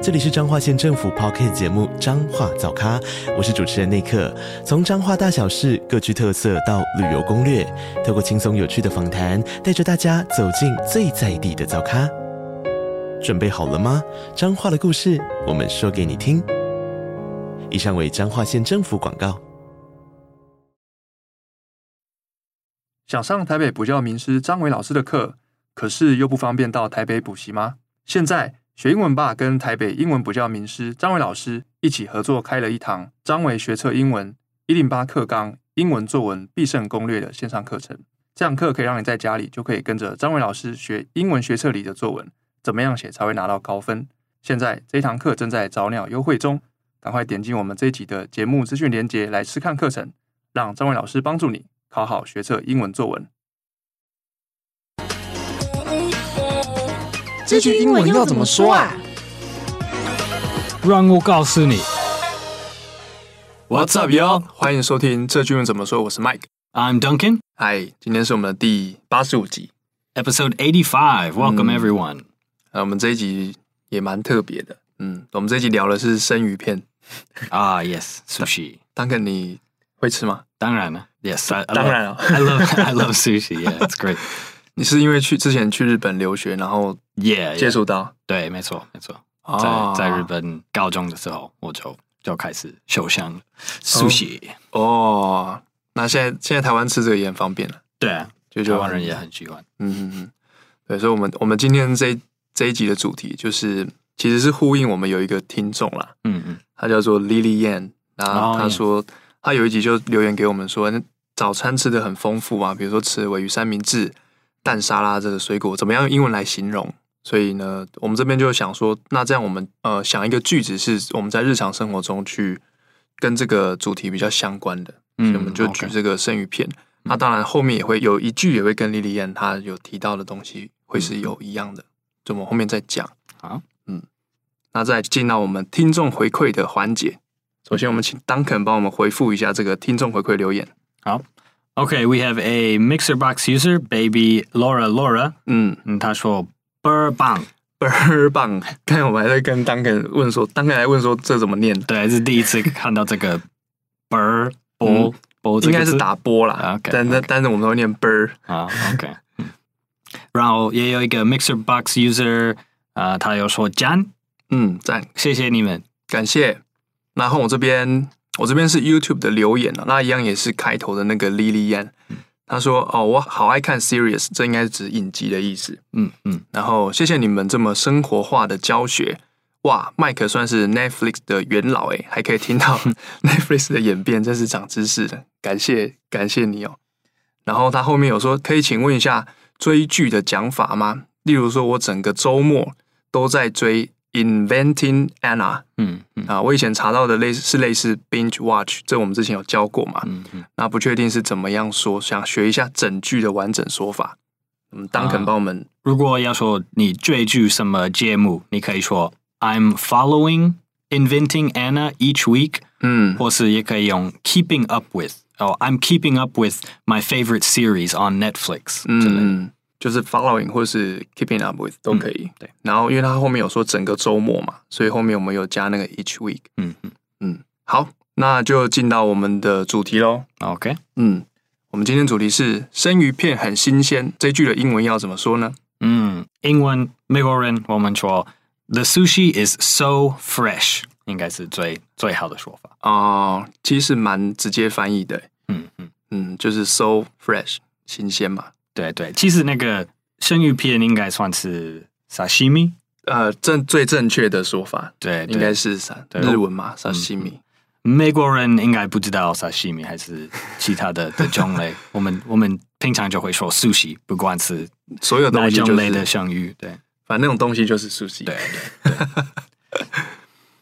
这里是彰化县政府 p o c k t 节目《彰化早咖》，我是主持人内克。从彰化大小事各具特色到旅游攻略，透过轻松有趣的访谈，带着大家走进最在地的早咖。准备好了吗？彰化的故事，我们说给你听。以上为彰化县政府广告。想上台北补教名师张伟老师的课，可是又不方便到台北补习吗？现在学英文吧跟台北英文补教名师张伟老师一起合作开了一堂《张伟学测英文一零八课纲英文作文必胜攻略》的线上课程。这堂课可以让你在家里就可以跟着张伟老师学英文学测里的作文，怎么样写才会拿到高分。现在这一堂课正在早鸟优惠中，赶快点进我们这一集的节目资讯连结来试看课程，让张伟老师帮助你考好学测英文作文。这句英文要怎么说啊？让我告诉你 What's up, y'all？欢迎收听这句文怎么说，我是 Mike。 ，I'm Duncan, 嗨，今天是我们的第八十五集。 episode 85. Hmm. Welcome everyone. 啊，我们这一集也蛮特别的。嗯，我们这一集聊的是生鱼片。 Ah, yes, sushi. 当肯，你会吃吗？当然了. Yes, I, I 当 love- 然了 I love I love sushi. Yeah, it's great. 你是因为去之前去日本留学，然后 Yeah, 接 yeah. 触到对，没错，没错。哦。在在日本高中的时候，我就就开始修香了 sushi。哦。那现在现在台湾吃这个也很方便了，对啊，就就台湾人也很喜欢。嗯嗯嗯，对，所以我们我们今天这一这一集的主题就是其实是呼应我们有一个听众啦，嗯嗯，他叫做 Lily Yan，然后哦他 yeah 说、他有一集就留言给我们说，那早餐吃的很丰富啊，比如说吃尾鱼三明治、蛋沙拉这个水果，怎么样用英文来形容？所以呢，我们这边就想说，那这样我们呃想一个句子是我们在日常生活中去跟这个主题比较相关的，所以我们就举嗯 OK 这个生鱼片。那当然后面也会有一句也会跟 Lily Yan 她有提到的东西会是有一样的，就我们后面再讲。嗯好，嗯，那再进到我们听众回馈的环节。首先，我们请 Duncan 帮我们回复一下这个听众回馈留言。 Okay, we have a mixer box user, baby Laura Laura. 嗯，嗯，她说 Burbang。倍儿棒！啊刚才我们还在跟 Duncan 问说，Duncan 还问说这怎么念，对，这是第一次看到这个 bird 波嗯波，应该是打波啦。啊 OK，但但 OK 但是我们都会念倍儿。啊。OK，嗯然后也有一个 Mixer Box user 啊、他有说 Jan，嗯，赞，谢谢你们。感谢。然后我这边，我这边是 YouTube 的留言了、啊那一样也是开头的那个 Lily Yan，他说：“哦，我好爱看 Serious，这应该是指影集的意思。”嗯嗯，然后谢谢你们这么生活化的教学。哇，麦克算是 Netflix 的元老诶，还可以听到 Netflix 的演变，真是长知识的，感谢感谢你哦。然后他后面有说，可以请问一下追剧的讲法吗？例如说，我整个周末都在追《Inventing Anna》嗯嗯啊，我以前查到的类似是类似 binge watch，这我们之前有教过嘛，嗯嗯，那不确定是怎么样说，想学一下整句的完整说法。嗯，当肯啊帮我们如果要说你追剧什么节目，你可以说 I'm following Inventing Anna each week，嗯或是也可以用 Keeping up with。哦、i m keeping up with my favorite series on Netflix 之类的。嗯嗯，就是 following 或是 keeping up with 都可以。对，然后因为它后面有说整个周末嘛，所以后面我们有加那个 each week。嗯嗯嗯，好，那就进到我们的主题喽。 ，OK，嗯，我们今天主题是生鱼片很新鲜，这句的英文要怎么说呢？嗯，英文美国人我们说 the sushi is so fresh，应该是最最好的说法。哦、其实蛮直接翻译的，欸嗯嗯，嗯，就是 so fresh 新鲜嘛。对对，其实那个生鱼片应该算是 sashimi，呃，正最正确的说法对，对应该是啥对嗯日文嘛，沙西米。美国人应该不知道 sashimi 还是其他的的种类。 我们我们平常就会说 sushi，不管是所有哪东西就种类的是，生鱼，对反正那种东西就是 sushi。对对。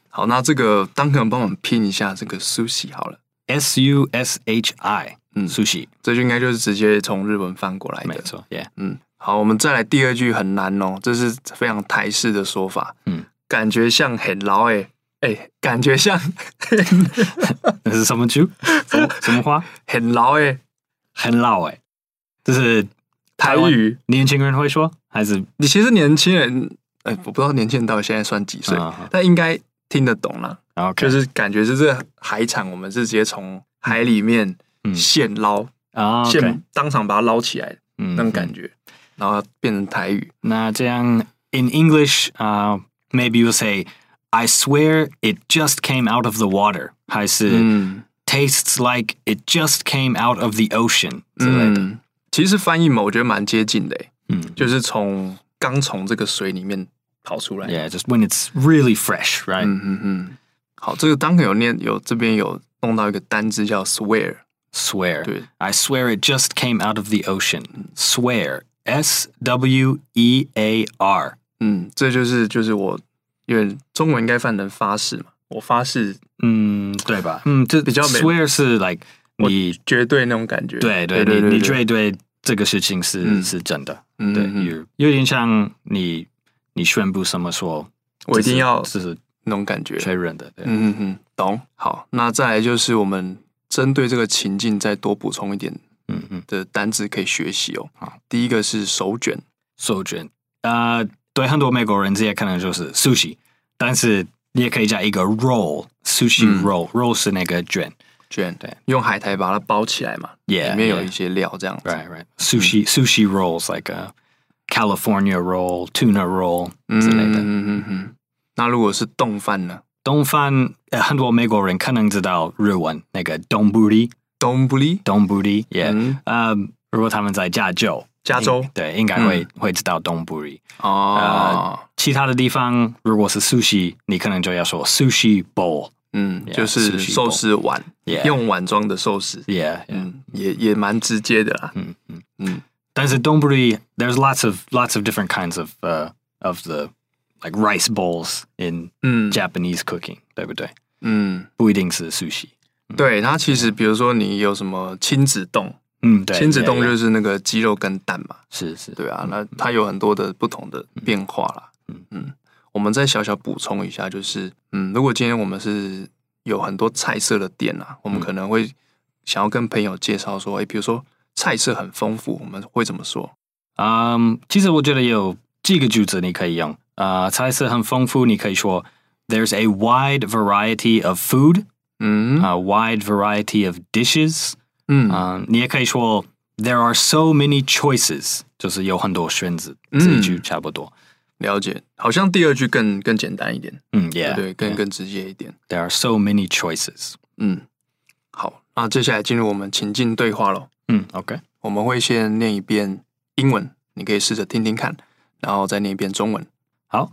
好，那这个当可能帮我们拼一下这个 sushi 好了。 S U S H I，嗯，sushi，这句应该就是直接从日文翻过来没的。错，yeah，嗯，好，我们再来第二句很难哦，这是非常台式的说法。嗯，感觉像很老哎、哎、感觉像 那是什么猪？什么什么花？很老哎、很老哎，就是台台湾语。年轻人会说，还是你其实年轻人，哎、我不知道年轻人到底现在算几岁，啊啊但应该听得懂啦。然后就是感觉是这海产，我们是直接从海里面嗯现捞，啊，现、 OK，当场把它捞起来嗯那种感觉，然后变成台语。那这样 in English, uh, maybe you say, "I swear it just came out of the water," 还是、嗯 "tastes like it just came out of the ocean" 之类的。嗯，其实翻译嘛，我觉得蛮接近的、嗯，就是从刚从这个水里面跑出来。 yeah, just when it's really fresh, right? 嗯嗯嗯。好，这个当然有念有这边有弄到一个单字叫 swear， Swear. 对 I swear it just came out of the ocean. Swear. S W E A R. 嗯，这就是就是我因为中文应该翻成发誓嘛，我发誓嗯，Mm, 对吧？嗯，这比较美。 swear 是 like 我你绝对那种感觉。对对，对对你你对绝对这个事情是、嗯是真的。嗯对，嗯有有点像你你宣布什么说，我一定要这是那种感觉这。是确认的，对，嗯嗯嗯，懂。好，那再来就是我们针对这个情境再多补充一点嗯嗯，的单字可以学习哦。好，第一个是手卷，授权，呃，对很多美国人这些可能就是 sushi，但是你也可以加一个 roll，sushi 嗯 roll，roll、是那个卷卷对，用海苔把它包起来嘛， ，yeah，里面有一些料这样子。 right right sushi、sushi 嗯 rolls like a California roll tuna roll 嗯之类嗯的。嗯嗯嗯。那如果是冻饭呢？东方、呃、很多美国人可能知道日文那个 donburi 冬不利， donburi，yeah，、嗯，呃，如果他们在加州，加州应对，应该会、会知道东部里。哦，其他的地方，如果是 sushi，你可能就要说 sushi bowl。嗯， yeah，就是寿司寿司碗， Yeah 用碗装的寿司。 Yeah，, yeah 嗯，也也蛮直接的啦。嗯嗯。嗯但是东部里，there's lots of lots of different kinds of、uh, of the like rice bowls in 嗯 Japanese cooking，、对不对？嗯，不一定是 sushi。对，它其实比如说你有什么亲子冻，嗯，对，亲子冻 yeah，yeah，就是那个鸡肉跟蛋嘛，是是，对啊，那它有很多的不同的变化啦。嗯嗯我们再小小补充一下，就是嗯，如果今天我们是有很多菜色的店啊，嗯我们可能会想要跟朋友介绍说，哎、比如说菜色很丰富，我们会怎么说？嗯，其实我觉得有几个句子你可以用。呃，菜色很丰富，你可以说 There's a wide variety of food，嗯啊、wide variety of dishes。嗯嗯，你也可以说 There are so many choices，就是有很多选择。这一句差不多。了解。好像第二句更更简单一点，嗯对，Yeah，不对，更更直接一点。 There are so many choices。嗯，好，那接下来进入我们情境对话喽。嗯，OK，我们会先念一遍英文，你可以试着听听看，然后再念一遍中文。好。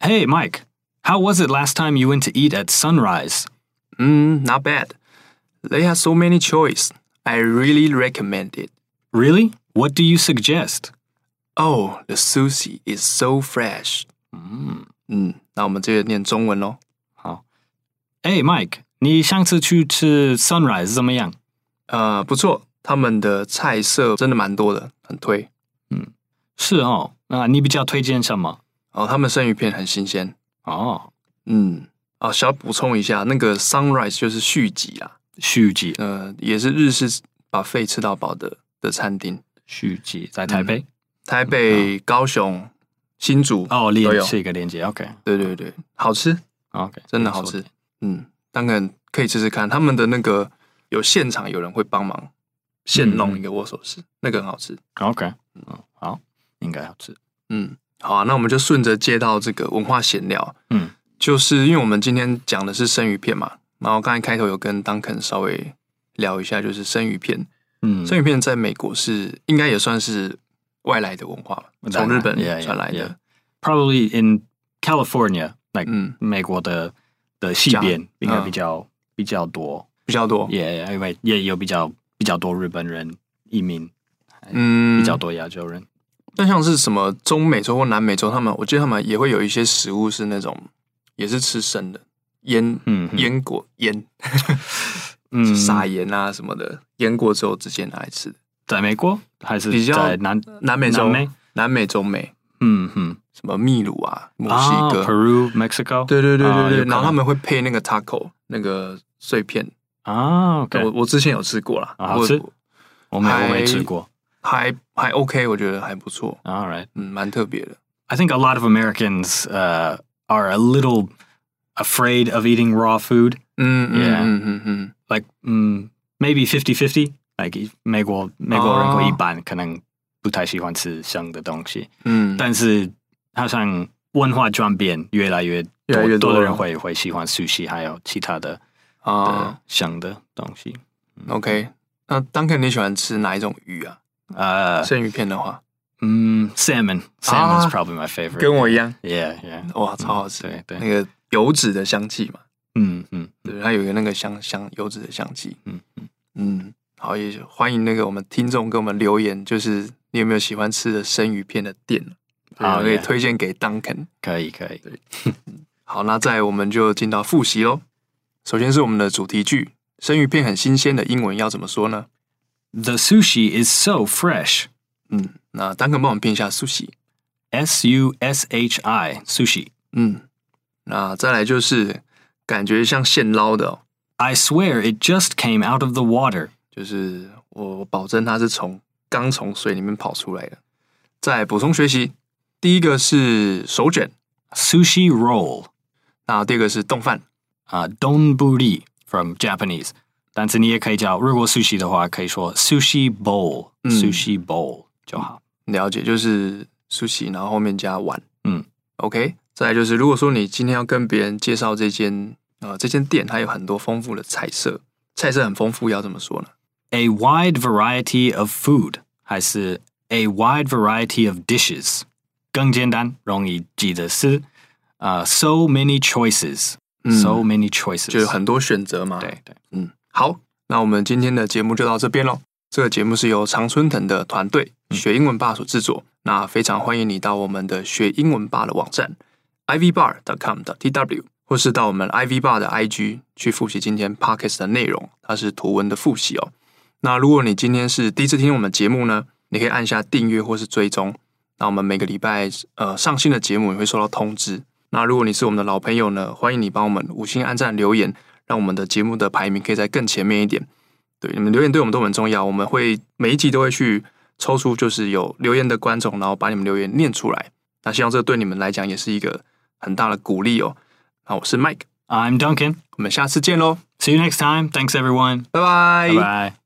Hey Mike，how was it last time you went to eat at sunrise？ Mm, not bad. They have so many choice. I really recommend it. Really? What do you suggest? Oh, the sushi is so fresh. 嗯，嗯，那我们接着念中文喽。好。Hey Mike，你上次去吃 sunrise 怎么样？呃，不错，他们的菜色真的蛮多的，很推。是哦，那你比较推荐什么？哦，他们生鱼片很新鲜。哦，嗯，哦，小补充一下，那个 sunrise 就是续集啦。续集，呃，也是日式把肺吃到饱的的餐厅，续集在台北。台北、高雄、新竹哦，都连有。是一个连接，OK，OK，、对对对，好吃。啊真的好吃。嗯，当然可以试试看。他们的那个有现场有人会帮忙现弄一个握手式，那个很好吃。 OK，嗯，好，应该好吃。嗯，好啊，那我们就顺着接到这个文化闲聊，嗯，就是因为我们今天讲的是生鱼片嘛，然后刚才开头有跟 Duncan 稍微聊一下，就是生鱼片，嗯，生鱼片在美国是应该也算是外来的文化吧，嗯当从然日本 yeah, yeah, 传来 yeah. 的。 probably in California，like、嗯，美国的的西边应该嗯哦比较、比较多，比较多，也、因为也有比较比较多日本人移民，嗯，比较多亚洲人。那像是什么中美洲或南美洲，他们我记得他们也会有一些食物是那种也是吃生的，腌嗯，嗯腌果腌， 嗯，撒盐啊什么的，腌过之后直接拿来吃。在美国还是比较在南南美洲、南美南美中美，嗯嗯，什么秘鲁啊、墨西哥，啊、Peru、Mexico，对对对啊对有对，可能然后他们会配那个 taco 那个碎片。啊，OK，我我之前有吃过啦，啊好我吃我没还我没吃过。还还 OK，我觉得还不错， All right. 嗯，蛮特别的。 I think a lot of Americans uh, are a little afraid of eating raw food. 嗯 Yeah 嗯嗯嗯嗯， Like mm, maybe 50-50. Like 美国美国人口哦。一半可能不太喜欢吃香的东西，嗯，但是好像文化转变越来越越来越多，多了。多的人会会喜欢 sushi 还有其他的的啊香的东西。 ，OK。那 Duncan 你喜欢吃哪一种鱼啊？呃，生鱼片的话，嗯，salmon salmon is 啊 probably my favorite. 一样， Yeah, yeah. 哇，超好吃，对对那个油脂的香气嘛，嗯嗯对，它有一个那个香香油脂的香气，嗯嗯。嗯，好，也欢迎那个我们听众给我们留言，就是你有没有喜欢吃的生鱼片的店，对好我可以 yeah 推荐给 Duncan。可以可以。好，那再来我们就进到复习喽。首先是我们的主题句，生鱼片很新鲜的英文要怎么说呢？ The sushi is so fresh. 嗯，那 Duncan 帮我们拼一下 sushi。 S U S H I sushi. 嗯，那再来就是感觉像现捞的、哦， I swear it just came out of the water. 就是我我保证它是从刚从水里面跑出来的。再补充学习，第一个是手卷， Sushi roll. 那第二个是冻饭。 Uh, donburi from Japanese. 但是你也可以叫，如果 sushi 的话，可以说 sushi bowl, 嗯。 sushi bowl 就好。了解，就是苏西，然后后面加碗。嗯，OK。再来就是，如果说你今天要跟别人介绍这间呃这间店，它有很多丰富的菜色，菜色很丰富，要怎么说呢？ A wide variety of food 还是 a wide variety of dishes 更简单，容易记得是，呃，so many choices, 嗯 so many choices 就有很多选择嘛。，对对。嗯，好，那我们今天的节目就到这边喽。这个节目是由常春藤的团队学英文吧所制作，那非常欢迎你到我们的学英文吧的网站 ivbar.com.tw，或是到我们 ivbar 的 IG 去复习今天 podcast 的内容，它是图文的复习哦。那如果你今天是第一次听我们节目呢，你可以按下订阅或是追踪。那我们每个礼拜呃上新的节目也会收到通知。那如果你是我们的老朋友呢，欢迎你帮我们五星按赞留言，让我们的节目的排名可以在更前面一点。对，你们留言对我们都很重要，我们会每一集都会去抽出就是有留言的观众，然后把你们留言念出来。那希望这对你们来讲也是一个很大的鼓励哦。那我是 Mike， I'm Duncan. 我们下次见喽， See you next time. Thanks, everyone. 拜拜 Bye bye.